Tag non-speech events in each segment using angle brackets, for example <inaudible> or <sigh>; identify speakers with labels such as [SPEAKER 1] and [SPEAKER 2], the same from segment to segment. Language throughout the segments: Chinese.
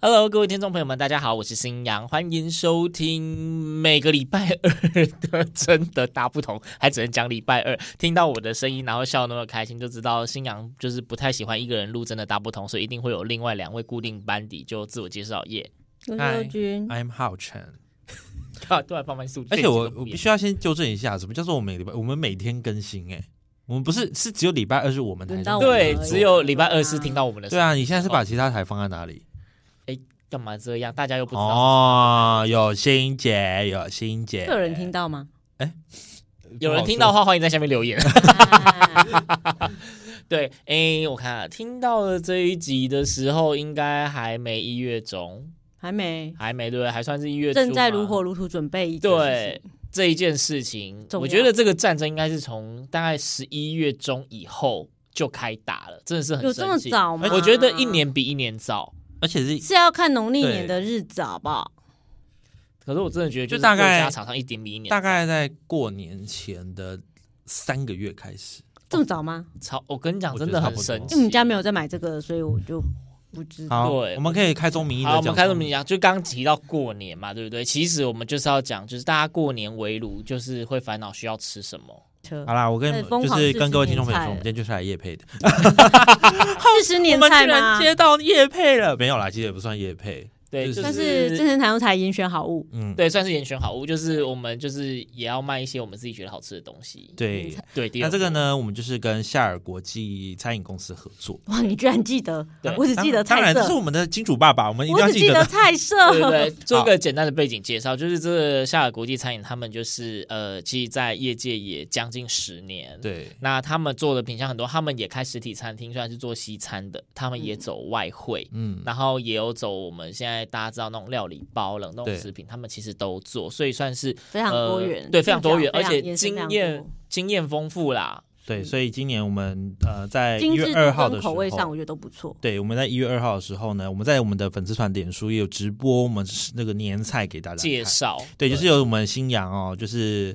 [SPEAKER 1] 哎 Hello，各位听众朋友们，大家好，我是新阳，欢迎收听每个礼拜二的真的大不同，还只能讲礼拜二。听到我的声音，然后笑得那么开心，就知道新阳就是不太喜欢一个人录真的大不同，所以一定会有另外两位固定班底。就自我介绍耶， <laughs>
[SPEAKER 2] 我是
[SPEAKER 3] 嗨
[SPEAKER 2] 欧君，
[SPEAKER 3] I'm 浩辰，
[SPEAKER 1] 啊，突然放慢速度，
[SPEAKER 3] 而且我
[SPEAKER 1] 这集都不
[SPEAKER 3] 我
[SPEAKER 1] 一
[SPEAKER 3] 必
[SPEAKER 1] 样
[SPEAKER 3] 须要先纠正一下，什么叫做我每礼拜我们每天更新、欸？哎，我们不是是只有礼拜二是我们台
[SPEAKER 2] 轮到
[SPEAKER 3] 上
[SPEAKER 2] 我
[SPEAKER 3] 的
[SPEAKER 1] 对
[SPEAKER 2] 们而已，
[SPEAKER 1] 只有礼拜二是听到我们的声
[SPEAKER 3] 对
[SPEAKER 1] 音。哦
[SPEAKER 3] 啊，你现在是把其他台放在哪里？
[SPEAKER 1] 干嘛这样？大家又不知道
[SPEAKER 3] 哦，有欣姐，有欣
[SPEAKER 1] 哎
[SPEAKER 3] 姐，
[SPEAKER 2] 会有人听到吗？
[SPEAKER 1] 有人听到的话，欢迎在下面留言。 <laughs> 哎对，哎、我看、啊、听到了这一集的时候，应该还没一月中，
[SPEAKER 2] 还没，
[SPEAKER 1] 还没对不对？还算是一月初嘛
[SPEAKER 2] 正在如火如荼准备一件事
[SPEAKER 1] 对
[SPEAKER 2] 情。
[SPEAKER 1] 这一件事情，
[SPEAKER 2] 重要
[SPEAKER 1] 我觉得这个战争应该是从大概十一月中以后就开打了，真的是很
[SPEAKER 2] 有这么
[SPEAKER 1] 生气？
[SPEAKER 2] 早吗？
[SPEAKER 1] 我觉得一年比一年早。
[SPEAKER 3] 而且是
[SPEAKER 2] 是要看农历年的日子，好不好？
[SPEAKER 1] 可是我真的觉得是
[SPEAKER 3] 就大概
[SPEAKER 1] 各家厂商一点比一年
[SPEAKER 3] 大概在过年前的三个月开始，
[SPEAKER 2] 这么早吗？
[SPEAKER 1] 超。我跟你讲，
[SPEAKER 3] 我觉
[SPEAKER 1] 真
[SPEAKER 3] 得
[SPEAKER 1] 的很
[SPEAKER 3] 差不多
[SPEAKER 1] 神奇。
[SPEAKER 2] 因为我们家没有在买这个，所以我就不知道。
[SPEAKER 3] 好，
[SPEAKER 1] 对
[SPEAKER 3] 我们可以开宗明义的
[SPEAKER 1] 好，
[SPEAKER 3] 讲，
[SPEAKER 1] 我们开始明讲，就刚提到过年嘛，对不对？其实我们就是要讲，就是大家过年围炉，就是会烦恼需要吃什么。
[SPEAKER 2] 车
[SPEAKER 3] 好啦，我跟
[SPEAKER 2] 对
[SPEAKER 3] 你
[SPEAKER 2] 疯
[SPEAKER 3] 们就
[SPEAKER 2] 狂
[SPEAKER 3] 是
[SPEAKER 2] 试
[SPEAKER 3] 跟
[SPEAKER 2] 吃
[SPEAKER 3] 各位
[SPEAKER 2] 年
[SPEAKER 3] 听众朋友
[SPEAKER 2] 菜
[SPEAKER 3] 说，我们今天就是来夜配的，
[SPEAKER 2] 四十年菜吗？
[SPEAKER 3] 到夜配了，没有啦，其实也不算夜配，
[SPEAKER 1] 对，
[SPEAKER 3] 就是
[SPEAKER 1] 就
[SPEAKER 2] 但是
[SPEAKER 1] 是
[SPEAKER 2] 正生堂用才严选好物，
[SPEAKER 3] 嗯，
[SPEAKER 1] 对，算是严选好物，就是我们就是也要卖一些我们自己觉得好吃的东西。
[SPEAKER 3] 对。
[SPEAKER 1] 对，第
[SPEAKER 3] 那
[SPEAKER 1] 二
[SPEAKER 3] 这
[SPEAKER 1] 个
[SPEAKER 3] 个呢，我们就是跟夏尔国际餐饮公司合作。
[SPEAKER 2] <laughs> 哇！你居然记得
[SPEAKER 1] 对，
[SPEAKER 2] 我只记得
[SPEAKER 3] 当然
[SPEAKER 2] 菜
[SPEAKER 3] 这是
[SPEAKER 2] 色，
[SPEAKER 3] 我们的金主爸爸，我们一定
[SPEAKER 2] 我
[SPEAKER 3] 要
[SPEAKER 2] 只
[SPEAKER 3] 记
[SPEAKER 2] 记
[SPEAKER 3] 得
[SPEAKER 2] 得
[SPEAKER 3] 的。
[SPEAKER 2] 菜
[SPEAKER 1] <laughs> 对对对
[SPEAKER 3] <laughs>
[SPEAKER 2] 色。，
[SPEAKER 1] 做一个简单的背景介绍，就是这个夏尔国际餐饮，他们就是呃，其实在业界也将近十年。。
[SPEAKER 3] 对，
[SPEAKER 1] 那他们做的品相很多，他们也开实体餐厅，虽然是做西餐的，他们也走外汇，
[SPEAKER 3] 嗯，
[SPEAKER 1] 然后也有走我们现在大家知道那种料理包、冷冻
[SPEAKER 3] 对
[SPEAKER 1] 食品，他们其实都做，所以算是
[SPEAKER 2] <laughs> 非常多元
[SPEAKER 1] 呃对，非常多元，
[SPEAKER 2] 非
[SPEAKER 1] 而
[SPEAKER 2] 常
[SPEAKER 1] 且经
[SPEAKER 2] 也是非常
[SPEAKER 1] 验
[SPEAKER 2] 多
[SPEAKER 1] 经验丰富啦。
[SPEAKER 3] 对，所以今年我们呃
[SPEAKER 1] 哎
[SPEAKER 3] 在一
[SPEAKER 2] 精致
[SPEAKER 3] 月二号
[SPEAKER 2] 度
[SPEAKER 3] 的
[SPEAKER 2] 跟
[SPEAKER 3] 时
[SPEAKER 2] 口
[SPEAKER 3] 候，
[SPEAKER 2] 味上，我觉得都不错。
[SPEAKER 3] 对，我们在一月二号的时候呢，我们在我们的粉丝团脸书也有直播我们是那个年菜给大家
[SPEAKER 1] 介
[SPEAKER 3] 看。
[SPEAKER 1] 绍
[SPEAKER 3] 对，就是有我们新阳哦，就是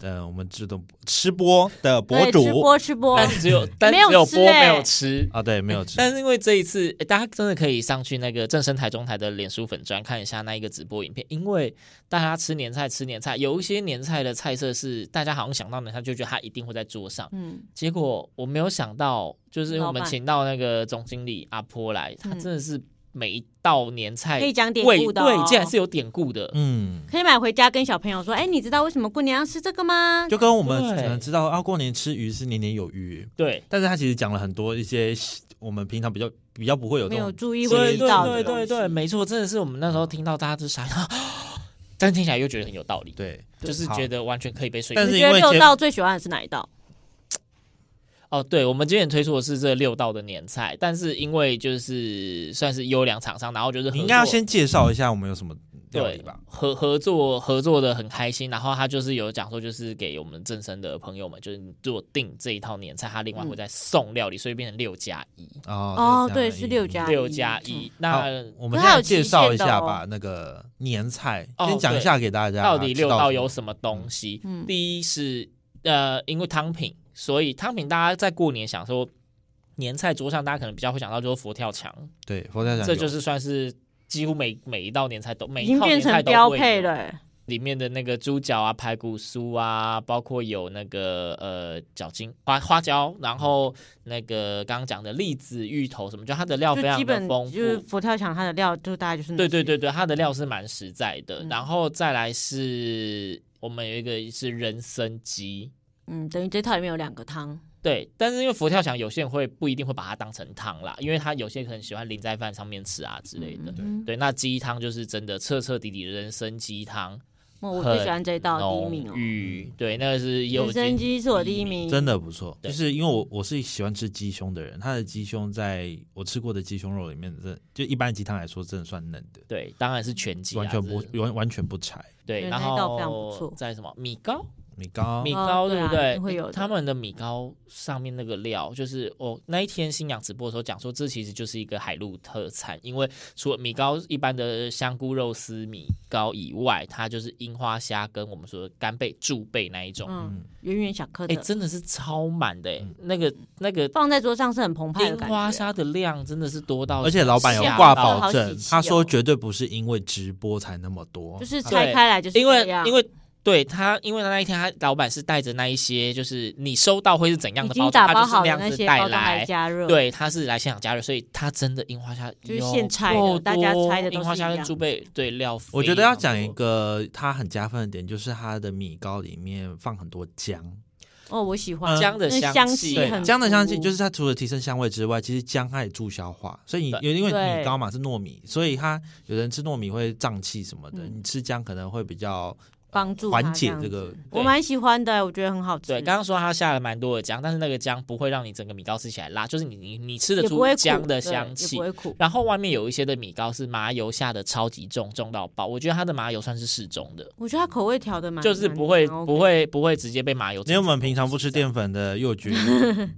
[SPEAKER 3] 呃我们这种吃播的博
[SPEAKER 2] 对，吃
[SPEAKER 3] 主
[SPEAKER 2] 播吃播
[SPEAKER 1] 但，是只有但
[SPEAKER 2] 没有
[SPEAKER 1] 只有
[SPEAKER 2] 吃
[SPEAKER 1] 播没
[SPEAKER 2] 欸
[SPEAKER 1] 有吃。
[SPEAKER 3] 啊，对，没有吃，
[SPEAKER 1] 但是因为这一次，诶大家真的可以上去那个正生台中台的脸书粉专看一下那一个直播影片，因为大家吃年菜吃年菜，有一些年菜的菜色是大家好像想到年菜就觉得它一定会在桌上，
[SPEAKER 2] 嗯，
[SPEAKER 1] 结果我没有想到，就是我
[SPEAKER 2] 老
[SPEAKER 1] 们
[SPEAKER 2] 板
[SPEAKER 1] 请到那个总经理阿坡来，他
[SPEAKER 2] 嗯
[SPEAKER 1] 真的是每一道年菜
[SPEAKER 2] 可以讲典
[SPEAKER 1] 味
[SPEAKER 2] 故的哦
[SPEAKER 1] 对，竟然是有典故的。
[SPEAKER 2] <laughs>
[SPEAKER 3] 嗯，
[SPEAKER 2] 可以买回家跟小朋友说，哎，你知道为什么过年要吃这个吗？
[SPEAKER 3] 就跟我们
[SPEAKER 1] 对
[SPEAKER 3] 可能知道啊，过年吃鱼是年年有余，
[SPEAKER 1] 对，
[SPEAKER 3] 但是他其实讲了很多一些我们平常比较比较不会有这
[SPEAKER 2] 没有
[SPEAKER 3] 种
[SPEAKER 2] 注意
[SPEAKER 3] 对
[SPEAKER 2] 会
[SPEAKER 1] 对
[SPEAKER 2] 遇到
[SPEAKER 1] 对
[SPEAKER 2] 的
[SPEAKER 1] 对
[SPEAKER 2] 东西
[SPEAKER 1] 对，没错，真的是我们那时候听到大家都傻笑， <gasps> 但听起来又觉得很有道理，
[SPEAKER 3] 对，
[SPEAKER 1] 就是觉得完全可以被说服。
[SPEAKER 3] 但是
[SPEAKER 2] 你
[SPEAKER 3] 因
[SPEAKER 2] 觉得
[SPEAKER 3] 为
[SPEAKER 2] 六
[SPEAKER 3] 节
[SPEAKER 2] 道最喜欢的是哪一道？
[SPEAKER 1] 哦，对，我们今天推出的是这六道的年菜，但是因为就是算是优良厂商，然后就是合
[SPEAKER 3] 你应该要
[SPEAKER 1] 作
[SPEAKER 3] 先介绍一下我们有什么料理
[SPEAKER 1] 对
[SPEAKER 3] 吧？
[SPEAKER 1] 合合作合作的很开心，然后他就是有讲说，就是给我们正生的朋友们，就是你如果订这一套年菜，他另外会再送料理，所以变成六嗯加一，
[SPEAKER 3] 哦
[SPEAKER 2] 哦，对，是六加
[SPEAKER 1] 六加一。嗯那
[SPEAKER 3] 好我们
[SPEAKER 2] 它有
[SPEAKER 3] 先介绍一
[SPEAKER 2] 期限
[SPEAKER 3] 下
[SPEAKER 2] 的哦
[SPEAKER 3] 吧，那个年菜，
[SPEAKER 1] 哦
[SPEAKER 3] 先讲一下给大家。
[SPEAKER 1] 到底六道有
[SPEAKER 3] 么？
[SPEAKER 1] 什么东西？
[SPEAKER 2] 嗯
[SPEAKER 1] 第一是呃，因为汤品，所以汤品大家在过年想说年菜桌上，大家可能比较会想到就是佛跳墙，
[SPEAKER 3] 对，佛跳墙
[SPEAKER 1] 这就是是算是。几乎每每一道年菜都，每
[SPEAKER 2] 已
[SPEAKER 1] 一
[SPEAKER 2] 经
[SPEAKER 1] 套年
[SPEAKER 2] 变
[SPEAKER 1] 菜
[SPEAKER 2] 成
[SPEAKER 1] 都
[SPEAKER 2] 标
[SPEAKER 1] 会
[SPEAKER 2] 配
[SPEAKER 1] 有
[SPEAKER 2] 了。欸
[SPEAKER 1] 里面的那个猪脚啊、排骨酥啊，包括有那个呃脚筋花花椒，然后那个刚刚讲的栗子、芋头什么，就它的哦料非
[SPEAKER 2] 就
[SPEAKER 1] 常
[SPEAKER 2] 基
[SPEAKER 1] 的
[SPEAKER 2] 本
[SPEAKER 1] 丰
[SPEAKER 2] 就
[SPEAKER 1] 富。
[SPEAKER 2] 是佛跳墙它的料，就大概就是那
[SPEAKER 1] 对对
[SPEAKER 2] 些
[SPEAKER 1] 对对，它的料是蛮实在的。
[SPEAKER 2] 嗯
[SPEAKER 1] 然后再来是我们有一个是人参鸡，
[SPEAKER 2] 嗯，等于这套里面有两个汤，
[SPEAKER 1] 对，但是因为佛跳墙有些人会不一定会把它当成汤啦，因为他有些可能喜欢淋在饭上面吃啊之类的。
[SPEAKER 2] 嗯，
[SPEAKER 1] 对，那鸡汤就是真的彻彻底底的人参鸡汤，
[SPEAKER 2] 我我最喜欢这一道第一名
[SPEAKER 1] 浓
[SPEAKER 2] 哦，
[SPEAKER 1] 郁。对，那个是有
[SPEAKER 2] 人参鸡是我第一
[SPEAKER 1] 名。
[SPEAKER 2] 名，
[SPEAKER 3] 真的不错。
[SPEAKER 1] 对
[SPEAKER 3] 就是因为我我是喜欢吃鸡胸的人，他的鸡胸在我吃过的鸡胸肉里面，真的就一般鸡汤来说，真的算嫩的，
[SPEAKER 1] 对，当然是全鸡、啊，
[SPEAKER 3] 完全
[SPEAKER 1] 这
[SPEAKER 3] 不
[SPEAKER 1] 是
[SPEAKER 3] 完完全不柴。
[SPEAKER 1] 对。
[SPEAKER 2] 对那
[SPEAKER 1] 然
[SPEAKER 2] 一道非常不
[SPEAKER 1] 后
[SPEAKER 2] 错
[SPEAKER 1] 在什么米糕？
[SPEAKER 3] 米糕，
[SPEAKER 1] 米糕，
[SPEAKER 2] 哦对
[SPEAKER 1] 不
[SPEAKER 2] 啊一
[SPEAKER 1] 对？
[SPEAKER 2] 定会有的
[SPEAKER 1] 他们的米糕上面那个料，就是哦，那一天新娘直播的时候讲说，这其实就是一个海陆特产，因为除了米糕一般的香菇肉丝米糕以外，它就是樱花虾跟我们说的干贝、柱贝那一种。
[SPEAKER 2] 嗯，圆圆小颗的，
[SPEAKER 1] 哎、真的是超满的哎、那个那个
[SPEAKER 2] 放在桌上是很澎湃的
[SPEAKER 1] 樱
[SPEAKER 2] 感
[SPEAKER 1] 花
[SPEAKER 2] 觉。
[SPEAKER 1] 虾的量真的是啊多到，
[SPEAKER 3] 而且老板有
[SPEAKER 1] 吓
[SPEAKER 3] 挂
[SPEAKER 1] 到
[SPEAKER 2] 好
[SPEAKER 3] 保
[SPEAKER 2] 喜
[SPEAKER 3] 证
[SPEAKER 2] 气，
[SPEAKER 3] 他
[SPEAKER 2] 哦
[SPEAKER 3] 说绝对不是因为直播才那么多，
[SPEAKER 2] 就是
[SPEAKER 3] 他
[SPEAKER 2] 拆开来就是
[SPEAKER 1] 因为
[SPEAKER 2] 这样
[SPEAKER 1] 因为对他，因为他那一天他老板是带着那一些，就是你收到会是怎样
[SPEAKER 2] 已
[SPEAKER 1] 的
[SPEAKER 2] 经
[SPEAKER 1] 包
[SPEAKER 2] 打
[SPEAKER 1] 装，
[SPEAKER 2] 包
[SPEAKER 1] 他就是
[SPEAKER 2] 好
[SPEAKER 1] 那
[SPEAKER 2] 的
[SPEAKER 1] 样
[SPEAKER 2] 那
[SPEAKER 1] 子
[SPEAKER 2] 些
[SPEAKER 1] 带
[SPEAKER 2] 包装还
[SPEAKER 1] 来。
[SPEAKER 2] 加热，，
[SPEAKER 1] 对，他是来现场加热，所以他真的樱花虾
[SPEAKER 2] 就是
[SPEAKER 1] 有
[SPEAKER 2] 现拆的
[SPEAKER 1] 够
[SPEAKER 2] 大家
[SPEAKER 1] 多
[SPEAKER 2] 拆的都
[SPEAKER 1] 樱花
[SPEAKER 2] 是
[SPEAKER 1] 虾
[SPEAKER 2] 一
[SPEAKER 1] 跟
[SPEAKER 2] 样
[SPEAKER 1] 猪背对料非常多。
[SPEAKER 3] 我觉得要讲一个它很加分的点，就是它的米糕里面放很多姜，
[SPEAKER 2] 哦，我喜欢
[SPEAKER 3] 嗯
[SPEAKER 1] 姜的
[SPEAKER 2] 那
[SPEAKER 1] 香
[SPEAKER 2] 香
[SPEAKER 1] 气
[SPEAKER 2] 气
[SPEAKER 1] 对
[SPEAKER 2] 很
[SPEAKER 3] 姜的香气
[SPEAKER 2] 足
[SPEAKER 3] 就是它除了提升香味之外，其实姜它也助消化，所以你
[SPEAKER 1] 对
[SPEAKER 3] 因为
[SPEAKER 2] 对
[SPEAKER 3] 米糕嘛是糯米，所以它有人吃糯米会胀气什么的，
[SPEAKER 2] 嗯
[SPEAKER 3] 你吃姜可能会比较
[SPEAKER 2] 帮助它
[SPEAKER 3] 缓解
[SPEAKER 2] 样
[SPEAKER 3] 这
[SPEAKER 2] 子
[SPEAKER 3] 个。
[SPEAKER 2] 我
[SPEAKER 1] 对
[SPEAKER 2] 蛮喜欢的，我觉得很好吃。
[SPEAKER 1] 对，刚刚说他下了蛮多的姜，但是那个姜不会让你整个米糕吃起来辣，就是你你你吃得
[SPEAKER 2] 也不
[SPEAKER 1] 出
[SPEAKER 2] 会苦
[SPEAKER 1] 姜
[SPEAKER 2] 对
[SPEAKER 1] 的香
[SPEAKER 2] 也
[SPEAKER 1] 气
[SPEAKER 2] 不，会苦。
[SPEAKER 1] 然后外面有一些的米糕是麻油下的超级重，重到爆。我觉得它的麻油算是适中的，
[SPEAKER 2] 我觉得它口味调的蛮，
[SPEAKER 1] 就是不会
[SPEAKER 2] 蛮 OK
[SPEAKER 1] 不会不会直接被麻油。
[SPEAKER 3] 因为我们平常不吃。淀粉的幼菊，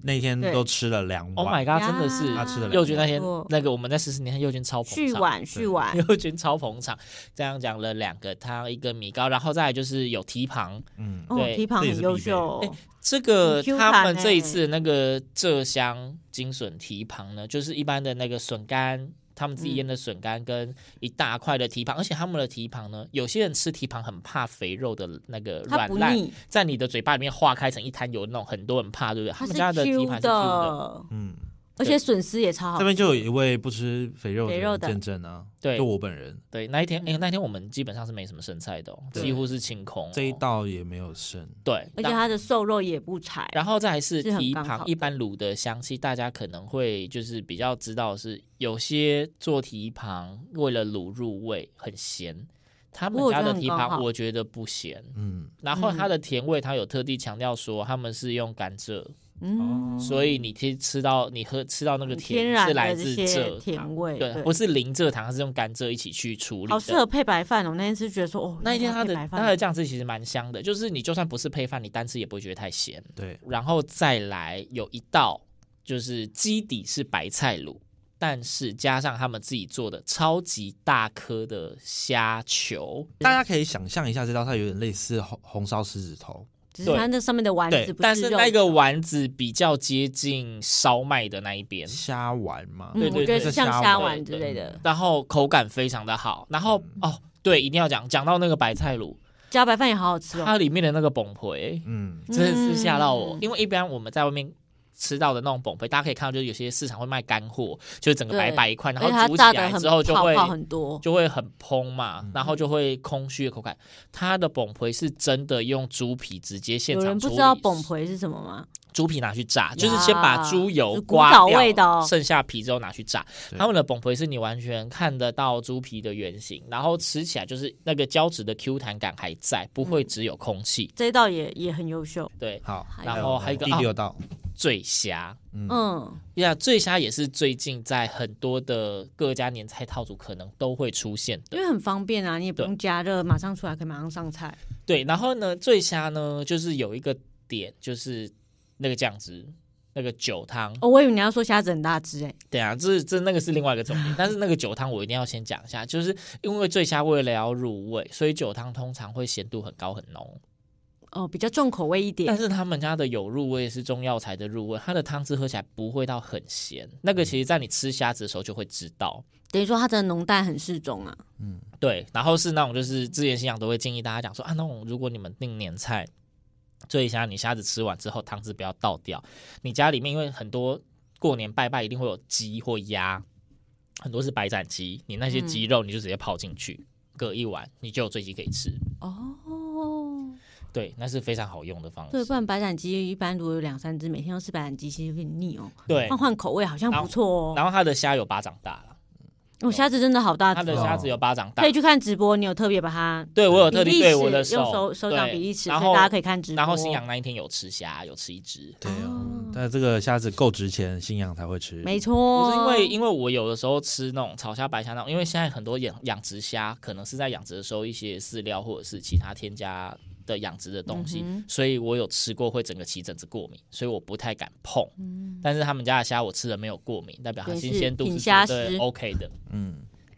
[SPEAKER 3] 那
[SPEAKER 2] <laughs>
[SPEAKER 3] 天
[SPEAKER 2] 对
[SPEAKER 3] 都吃了两
[SPEAKER 1] Oh my
[SPEAKER 3] 碗，
[SPEAKER 1] god！真的
[SPEAKER 2] 呀
[SPEAKER 1] 是
[SPEAKER 3] 他吃了两
[SPEAKER 1] 幼君那天
[SPEAKER 2] 没错
[SPEAKER 1] 那个我们在十四年看幼君超捧
[SPEAKER 2] 续
[SPEAKER 1] 场，
[SPEAKER 2] 碗续碗，
[SPEAKER 1] 幼君超捧场，这样讲了两个汤一个米糕，然后再来就是有蹄膀。
[SPEAKER 3] 嗯，
[SPEAKER 2] 哦
[SPEAKER 1] 对，
[SPEAKER 2] 蹄膀
[SPEAKER 3] 这也
[SPEAKER 2] 很
[SPEAKER 3] 是
[SPEAKER 2] 优
[SPEAKER 3] 必备
[SPEAKER 2] 秀哦，
[SPEAKER 1] 这个
[SPEAKER 2] 很 Q
[SPEAKER 1] 他
[SPEAKER 2] 弹
[SPEAKER 1] 们
[SPEAKER 2] 欸
[SPEAKER 1] 这一次的那个浙香金笋蹄膀呢，就是一般的那个笋干。他们自己
[SPEAKER 2] 嗯
[SPEAKER 1] 腌的笋干跟一大块的蹄膀，而且他们的蹄膀呢，有些人吃蹄膀很怕肥肉的那个
[SPEAKER 2] 它
[SPEAKER 1] 软
[SPEAKER 2] 不
[SPEAKER 1] 烂，
[SPEAKER 2] 腻，
[SPEAKER 1] 在你的嘴巴里面化开成一滩油那种，很多人怕，对不对？他
[SPEAKER 2] 它
[SPEAKER 1] 们
[SPEAKER 2] 是
[SPEAKER 1] 家的蹄
[SPEAKER 2] Q
[SPEAKER 1] 膀是 Q 的，
[SPEAKER 2] 的，
[SPEAKER 3] 嗯，
[SPEAKER 2] 而且笋丝也超好
[SPEAKER 3] 这。边就有一位不吃肥肉
[SPEAKER 2] 肥肉
[SPEAKER 3] 的
[SPEAKER 2] 的
[SPEAKER 3] 见证啊，
[SPEAKER 1] 对
[SPEAKER 3] 就我本人
[SPEAKER 1] 对。那
[SPEAKER 2] 嗯
[SPEAKER 1] 一天，哎、那天我们基本上是没什么剩菜的、哦，
[SPEAKER 3] 对
[SPEAKER 1] 几乎是清空哦、
[SPEAKER 3] 这一道也没有剩，
[SPEAKER 1] 对，
[SPEAKER 2] 而且它的瘦肉也不柴，
[SPEAKER 1] 然后再来是
[SPEAKER 2] 是很
[SPEAKER 1] 蹄
[SPEAKER 2] 刚
[SPEAKER 1] 膀
[SPEAKER 2] 好，的
[SPEAKER 1] 一般卤的香气，大家可能会就是比较知道的是，有些做蹄膀为了卤入味很咸，他们
[SPEAKER 2] 我
[SPEAKER 1] 家
[SPEAKER 2] 觉得
[SPEAKER 1] 的
[SPEAKER 2] 很
[SPEAKER 1] 蹄
[SPEAKER 2] 刚
[SPEAKER 1] 膀
[SPEAKER 2] 好
[SPEAKER 1] 我觉得不咸。
[SPEAKER 3] 嗯，
[SPEAKER 1] 然后它的甜味，它有特地强调说他们是用甘蔗，
[SPEAKER 2] 嗯，
[SPEAKER 1] 所以你吃吃到你喝吃到那个
[SPEAKER 2] 天
[SPEAKER 1] 甜
[SPEAKER 2] 然
[SPEAKER 1] 是来
[SPEAKER 2] 的
[SPEAKER 1] 自
[SPEAKER 2] 这
[SPEAKER 1] 蔗
[SPEAKER 2] 些
[SPEAKER 1] 糖
[SPEAKER 2] 甜味，
[SPEAKER 1] 对，不是零蔗糖，它是用甘蔗一起去处理的。
[SPEAKER 2] 好适合配白饭哦。那天是觉得说，哦，
[SPEAKER 1] 那一天它的
[SPEAKER 2] 原来要配白
[SPEAKER 1] 它的
[SPEAKER 2] 饭
[SPEAKER 1] 酱汁其实蛮香的，就是你就算不是配饭，你单吃也不会觉得太咸。
[SPEAKER 3] 对，
[SPEAKER 1] 然后再来有一道就是基底是白菜卤，但是加上他们自己做的超级大颗的虾球，
[SPEAKER 3] 大家可以想象一下，这道菜有点类似红红烧狮子头，
[SPEAKER 2] 只是它那上面的丸
[SPEAKER 3] 对
[SPEAKER 2] 子不
[SPEAKER 1] 但
[SPEAKER 2] 是
[SPEAKER 1] 是
[SPEAKER 2] 肉
[SPEAKER 1] 那个丸子比较接近烧麦的那一边，
[SPEAKER 3] 虾丸嘛，
[SPEAKER 2] 嗯
[SPEAKER 1] 嗯对对
[SPEAKER 2] 我觉
[SPEAKER 1] 对
[SPEAKER 2] 得像
[SPEAKER 3] 虾
[SPEAKER 2] 虾
[SPEAKER 3] 丸
[SPEAKER 2] 丸之
[SPEAKER 1] 对
[SPEAKER 2] 类的，
[SPEAKER 1] 然后口感非常的好。然后
[SPEAKER 2] 嗯
[SPEAKER 1] 哦，对，一定要讲讲到那个白菜卤，
[SPEAKER 2] 加白饭也好好吃哦。
[SPEAKER 1] 它里面的那个崩皮。
[SPEAKER 3] 嗯，
[SPEAKER 1] 真的是吓到我，
[SPEAKER 2] 嗯
[SPEAKER 1] 因为一般我们在外面。吃到的那种崩皮，大家可以看到，就是有些市场会卖干货，就是整个白白一块，然
[SPEAKER 2] 而且它
[SPEAKER 1] 后煮起
[SPEAKER 2] 炸的
[SPEAKER 1] 来
[SPEAKER 2] 很
[SPEAKER 1] 之后就
[SPEAKER 2] 泡
[SPEAKER 1] 会
[SPEAKER 2] 泡很多，
[SPEAKER 1] 就会很蓬嘛，然后就会空虚的口感。它的崩皮是真的用猪皮直接现
[SPEAKER 2] 有
[SPEAKER 1] 场
[SPEAKER 2] 人
[SPEAKER 1] 处
[SPEAKER 2] 不
[SPEAKER 1] 理，
[SPEAKER 2] 知道崩皮是什么吗？
[SPEAKER 1] 猪皮拿去炸，
[SPEAKER 2] 呀
[SPEAKER 1] 就是先把猪油
[SPEAKER 2] 是古
[SPEAKER 1] 刮
[SPEAKER 2] 早
[SPEAKER 1] 掉，
[SPEAKER 2] 味的哦
[SPEAKER 1] 剩下皮之后拿去炸。
[SPEAKER 3] 对
[SPEAKER 1] 他们的崩皮是你完全看得到猪皮的原型，然后吃起来就是那个胶质的 Q 弹感还在，不
[SPEAKER 2] 嗯
[SPEAKER 1] 会只有空气。
[SPEAKER 2] 这一道也也很优秀，
[SPEAKER 1] 对，
[SPEAKER 3] 好，
[SPEAKER 1] 然后还有一个
[SPEAKER 3] 第六
[SPEAKER 2] 哦
[SPEAKER 3] 道，
[SPEAKER 1] 醉虾。
[SPEAKER 2] 嗯，
[SPEAKER 1] 呀，醉虾也是最近在很多的各家年菜套组可能都会出现
[SPEAKER 2] 因
[SPEAKER 1] 的。
[SPEAKER 2] 为很方便啊，你也不用加热，马上出来可以马上上菜。
[SPEAKER 1] 对，然后呢，醉虾呢，就是有一个点，就是那个酱汁，那个酒汤。
[SPEAKER 2] 哦，我以为你要说虾子很大只哎，
[SPEAKER 1] 对啊，这这那个是另外一个重
[SPEAKER 2] <laughs>
[SPEAKER 1] 点，但是那个酒汤我一定要先讲一下，就是因为醉虾为了要入味，所以酒汤通常会咸度很高很浓，
[SPEAKER 2] 哦，比较重口味一
[SPEAKER 1] 但
[SPEAKER 2] 点，
[SPEAKER 1] 是他们家的有入味是中药材的入味，它的汤汁喝起来不会到很咸，那个其实在你吃虾子的时候就会知道。
[SPEAKER 2] 等于说它的浓淡很适中啊。
[SPEAKER 1] 对，然后是那种就是之前信仰都会建议大家讲说啊，那种如果你们订年菜，醉虾你虾子吃完之后汤汁不要倒掉，你家里面因为很多过年拜拜一定会有鸡或鸭，很多是白斩鸡，你那些鸡
[SPEAKER 2] 嗯
[SPEAKER 1] 肉你就直接泡进去。各一碗，你就有醉鸡可以吃。
[SPEAKER 2] 哦，
[SPEAKER 1] 对，那哦是非常好用的方
[SPEAKER 2] 对，
[SPEAKER 1] 式
[SPEAKER 2] 不。然白斩鸡一般如果有两三只，每天都吃白斩鸡，其实有点腻哦。
[SPEAKER 1] 对
[SPEAKER 2] 换，换口味好像不错哦。
[SPEAKER 1] 然后它的虾有巴掌大了，
[SPEAKER 2] 我虾子真的好大
[SPEAKER 1] 它
[SPEAKER 2] 只
[SPEAKER 1] 的
[SPEAKER 2] 哦，
[SPEAKER 1] 虾子有巴掌大
[SPEAKER 2] 可以。去看直播，你有特别把它
[SPEAKER 1] 对我有特
[SPEAKER 2] 比
[SPEAKER 1] 地
[SPEAKER 2] 例
[SPEAKER 1] 对我的
[SPEAKER 2] 尺用手手掌
[SPEAKER 1] 对
[SPEAKER 2] 比例尺，
[SPEAKER 1] 然
[SPEAKER 2] 所以
[SPEAKER 1] 后
[SPEAKER 2] 大家可以看直播。
[SPEAKER 1] 然后新阳那一天有吃虾，有吃一只。
[SPEAKER 3] 对哦，但这个虾子够值钱，新阳才会
[SPEAKER 1] 嗯
[SPEAKER 3] 吃，
[SPEAKER 2] 没错，
[SPEAKER 1] 不是因为因为我有的时候吃那种炒虾、白虾那种，因为现在很多养养殖虾可能是在养殖的时候一些饲料或者是其他添加的养殖的东西，
[SPEAKER 2] 嗯哼
[SPEAKER 1] 所以我有吃过会整个起疹子过敏，所以我不太敢碰。
[SPEAKER 2] 嗯
[SPEAKER 1] 但是他们家的虾我吃了没有过敏，代表它
[SPEAKER 2] 也是
[SPEAKER 1] 新鲜度
[SPEAKER 2] 品
[SPEAKER 1] 是
[SPEAKER 2] 虾
[SPEAKER 1] 绝对
[SPEAKER 2] 师
[SPEAKER 1] OK 的。
[SPEAKER 3] 嗯，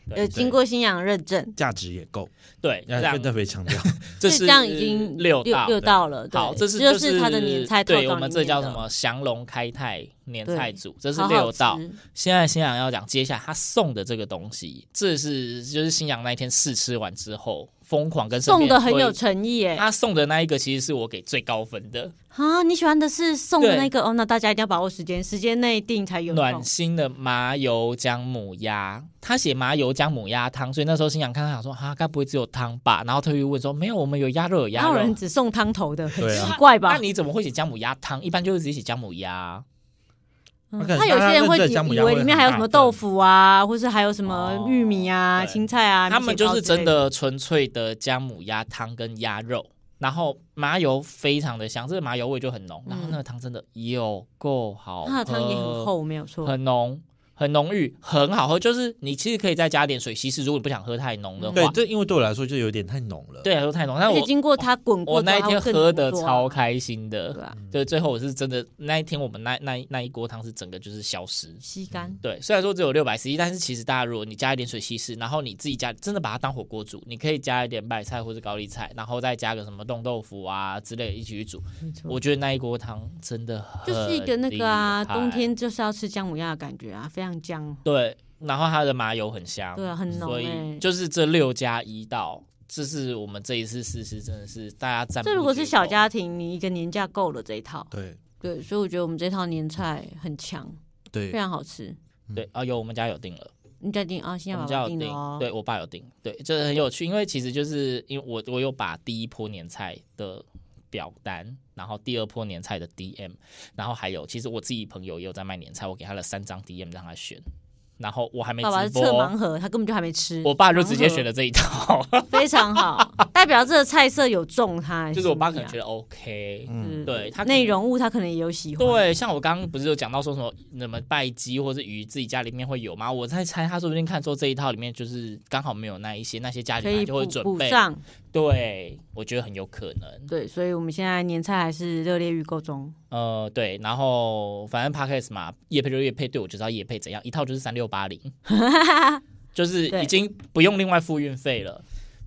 [SPEAKER 1] 对
[SPEAKER 2] 有经过新阳认证，
[SPEAKER 3] 价值也够，
[SPEAKER 1] 对，这
[SPEAKER 3] 要
[SPEAKER 1] 样
[SPEAKER 3] 特别强
[SPEAKER 1] <laughs>
[SPEAKER 3] 调。
[SPEAKER 1] 这
[SPEAKER 2] 所
[SPEAKER 1] 是
[SPEAKER 2] 以这样已经
[SPEAKER 1] 六
[SPEAKER 2] 六
[SPEAKER 1] 道
[SPEAKER 2] 六道了。对
[SPEAKER 1] 好，这是
[SPEAKER 2] 就
[SPEAKER 1] 这
[SPEAKER 2] 是它的年菜特
[SPEAKER 1] 对
[SPEAKER 2] 稿
[SPEAKER 1] 我
[SPEAKER 2] 里
[SPEAKER 1] 们这
[SPEAKER 2] 面
[SPEAKER 1] 叫
[SPEAKER 2] 的
[SPEAKER 1] 什？么降龙开泰年
[SPEAKER 2] 对
[SPEAKER 1] 菜组，这是
[SPEAKER 2] 好好
[SPEAKER 1] 六道。
[SPEAKER 2] 吃
[SPEAKER 1] 现在新阳要讲接下来他送的这个东西，这是就是新阳那一天试吃完之后疯狂跟身
[SPEAKER 2] 送
[SPEAKER 1] 边
[SPEAKER 2] 的很有
[SPEAKER 1] 推
[SPEAKER 2] 诚意耶！
[SPEAKER 1] 他送的那一个其实是我给最高分的
[SPEAKER 2] 啊，你喜欢的是送的
[SPEAKER 1] 对
[SPEAKER 2] 那个哦，那大家一定要把握时间，时间内订才有
[SPEAKER 1] 暖
[SPEAKER 2] 用。
[SPEAKER 1] 心的麻油姜母鸭，他写麻油姜母鸭汤，所以那时候新阳看他想说啊，该不会只有汤吧？然后特意问说没有，我们有鸭
[SPEAKER 2] <laughs>
[SPEAKER 1] 肉有
[SPEAKER 2] 哪
[SPEAKER 1] 鸭
[SPEAKER 2] 有
[SPEAKER 1] 肉
[SPEAKER 2] 人，只送汤头的？很
[SPEAKER 3] 对
[SPEAKER 2] 奇
[SPEAKER 3] 啊
[SPEAKER 2] 怪吧
[SPEAKER 1] 那？你怎么会写姜母鸭汤？一般就是直接写姜母鸭。
[SPEAKER 2] 嗯
[SPEAKER 3] 那可能
[SPEAKER 2] 他有些人会
[SPEAKER 3] 大家认识的姜母
[SPEAKER 2] 以
[SPEAKER 3] 鸭会
[SPEAKER 2] 为里面还有什么豆腐啊，或是还有什么
[SPEAKER 1] 哦
[SPEAKER 2] 玉米啊、
[SPEAKER 1] 对
[SPEAKER 2] 青菜啊，
[SPEAKER 1] 他们
[SPEAKER 2] 米血
[SPEAKER 1] 就
[SPEAKER 2] 糕
[SPEAKER 1] 是
[SPEAKER 2] 之类
[SPEAKER 1] 真的纯粹的姜母鸭汤跟鸭肉，然后麻油非常的香，这个麻油味就很浓，
[SPEAKER 2] 嗯
[SPEAKER 1] 然后那个汤真的有够好喝，
[SPEAKER 2] 它的啊汤也很，厚，没有错。
[SPEAKER 1] 很浓。很浓郁，很好喝，就是你其实可以再加点水稀释，如果你不想喝太浓的
[SPEAKER 2] 嗯
[SPEAKER 1] 话，
[SPEAKER 3] 对，这因为对我来说就有点太浓了。，
[SPEAKER 1] 对，喝太浓。但
[SPEAKER 2] 而
[SPEAKER 1] 我
[SPEAKER 2] 且经过它滚
[SPEAKER 1] 我
[SPEAKER 2] 过之
[SPEAKER 1] 那
[SPEAKER 2] 后，
[SPEAKER 1] 一天
[SPEAKER 2] 它会更
[SPEAKER 1] 喝的
[SPEAKER 2] 浓缩啊
[SPEAKER 1] 超开心的，
[SPEAKER 2] 对啊，
[SPEAKER 1] 对，最后我是真的那一天我们那那那一锅汤是整个就是消失，
[SPEAKER 2] 吸干。
[SPEAKER 1] 对，虽然说只有六百 CC，但是其实大家如果你加一点水稀释，然后你自己加，真的把它当火锅煮，你可以加一点白菜或者高丽菜，然后再加个什么冻豆腐啊之类的一起去煮。
[SPEAKER 2] 没错
[SPEAKER 1] 我觉得那一锅汤真的很
[SPEAKER 2] 就是一个那个啊，
[SPEAKER 1] 厉害
[SPEAKER 2] 冬天就是要吃姜母鸭的感觉啊，非常姜。
[SPEAKER 1] 对，然后它的麻油很香，
[SPEAKER 2] 对啊很浓
[SPEAKER 1] 所以
[SPEAKER 2] 欸
[SPEAKER 1] 就是这六加一到，这是我们这一次试吃，真的是大家赞不
[SPEAKER 2] 这如果
[SPEAKER 1] 绝
[SPEAKER 2] 是小
[SPEAKER 1] 口
[SPEAKER 2] 家庭，你一个年假够了这一套。
[SPEAKER 3] 对，
[SPEAKER 2] 对，所以我觉得我们这套年菜很强，非
[SPEAKER 3] 对，
[SPEAKER 2] 常好吃。
[SPEAKER 1] 对啊，有我们家有订了。
[SPEAKER 2] 你再订啊，现
[SPEAKER 1] 我
[SPEAKER 2] 在把它
[SPEAKER 1] 们家有订
[SPEAKER 2] 订了哦。，
[SPEAKER 1] 对我爸有订，对，就是很有趣，因为其实就是因为我我有把第一波年菜的表单，然后第二波年菜的 DM，然后还有其实我自己朋友也有在卖年菜，我给他了三张 DM 让他选，然后我还没
[SPEAKER 2] 爸爸是
[SPEAKER 1] 直
[SPEAKER 2] 测盲哦
[SPEAKER 1] 播，
[SPEAKER 2] 盒，他根本就还没吃。
[SPEAKER 1] 我爸就直接
[SPEAKER 2] 盲盒
[SPEAKER 1] 选了这一套，
[SPEAKER 2] <laughs> 非常
[SPEAKER 1] <laughs>
[SPEAKER 2] 好，代表这个菜色有中他。
[SPEAKER 1] 就是我爸可
[SPEAKER 2] 是
[SPEAKER 1] 能
[SPEAKER 2] 不
[SPEAKER 1] 觉
[SPEAKER 2] 是啊
[SPEAKER 1] 得 OK，
[SPEAKER 2] 嗯
[SPEAKER 1] 对他可能
[SPEAKER 2] 内容物他可能也有喜欢。
[SPEAKER 1] 对，像我刚刚不是有讲到说什么什么拜鸡或是鱼自己家里面会有吗？我在猜他说不定看说这一套里面就是刚好没有那一些，那些家里
[SPEAKER 2] 可
[SPEAKER 1] 面
[SPEAKER 2] 以
[SPEAKER 1] 就会
[SPEAKER 2] 补
[SPEAKER 1] 准
[SPEAKER 2] 补
[SPEAKER 1] 备，
[SPEAKER 2] 上，
[SPEAKER 1] 对，我觉得很有可能。
[SPEAKER 2] 对，所以我们现在年菜还是热烈预购中，
[SPEAKER 1] 呃，对，然后反正 podcast 嘛，叶配就叶配，对我就知道叶配怎样，一套就是三六八
[SPEAKER 3] <laughs>
[SPEAKER 1] 零，就是
[SPEAKER 2] 对
[SPEAKER 1] 已经不用另外付运费了。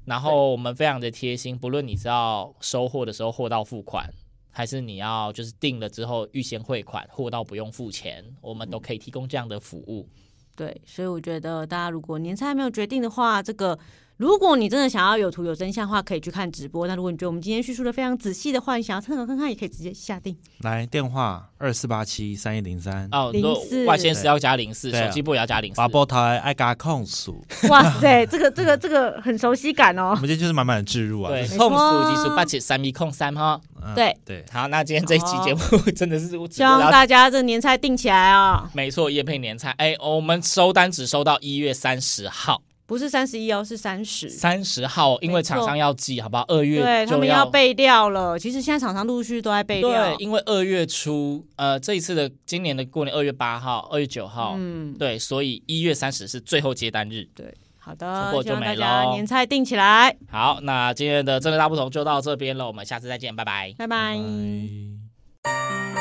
[SPEAKER 1] 然后我们非常的贴心，不论你是要收货的时候货到付款，还是你要就是订了之后预先汇款，货到不用付钱，我们都可以提供这样的服务。
[SPEAKER 2] 对，所以我觉得大家如果年菜还没有决定的话，这个如果你真的想要有图有真相的话，可以去看直播。那如果你觉得我们今天叙述的非常仔细的话，你想要参考看看，也可以直接下
[SPEAKER 1] <laughs>
[SPEAKER 2] 定。
[SPEAKER 3] 来电话二四八七三嗯一零三，
[SPEAKER 1] 哦，你说
[SPEAKER 2] 04
[SPEAKER 1] 外线是要加零四，
[SPEAKER 3] 对啊
[SPEAKER 1] 手机部也要加零四
[SPEAKER 3] 把。波台爱嘎控
[SPEAKER 1] <laughs>
[SPEAKER 3] 诉，
[SPEAKER 2] 哇塞，这个这个这个很熟悉感
[SPEAKER 3] 我
[SPEAKER 2] 哦。
[SPEAKER 3] 们今天就是满满的置入啊，
[SPEAKER 1] 对
[SPEAKER 3] 就是，
[SPEAKER 1] 控
[SPEAKER 2] 错
[SPEAKER 1] 速技术八七三米控三哈。
[SPEAKER 3] 嗯
[SPEAKER 2] 对
[SPEAKER 3] 对，
[SPEAKER 1] 好，那今天这一
[SPEAKER 3] 哦
[SPEAKER 1] 期节目 <laughs> 真的是我只
[SPEAKER 2] 希望
[SPEAKER 1] 我要
[SPEAKER 2] 大家这个年菜定起来哦，
[SPEAKER 1] 没错，叶配年菜，哎、我们收单只收到一月三十号，
[SPEAKER 2] 不是三十一哦，是三十。
[SPEAKER 1] 三十号，因为厂商要寄，好不好？二月
[SPEAKER 2] 对他
[SPEAKER 1] 就
[SPEAKER 2] 们要备料了。其实现在厂商陆续都在备料
[SPEAKER 1] 对，，因为二月初，呃，这一次的今年的过年二月八号、二月九号，
[SPEAKER 2] 嗯，
[SPEAKER 1] 对，所以一月三十是最后接单日。
[SPEAKER 2] 对，好
[SPEAKER 1] 错
[SPEAKER 2] 的，
[SPEAKER 1] 过
[SPEAKER 2] 希
[SPEAKER 1] 就
[SPEAKER 2] 望
[SPEAKER 1] 没
[SPEAKER 2] 大家
[SPEAKER 1] 咯
[SPEAKER 2] 年菜定起来，
[SPEAKER 1] 好，那今天的真的大不同就到这边了，我们下次再见，拜拜。
[SPEAKER 2] 拜拜。
[SPEAKER 3] 拜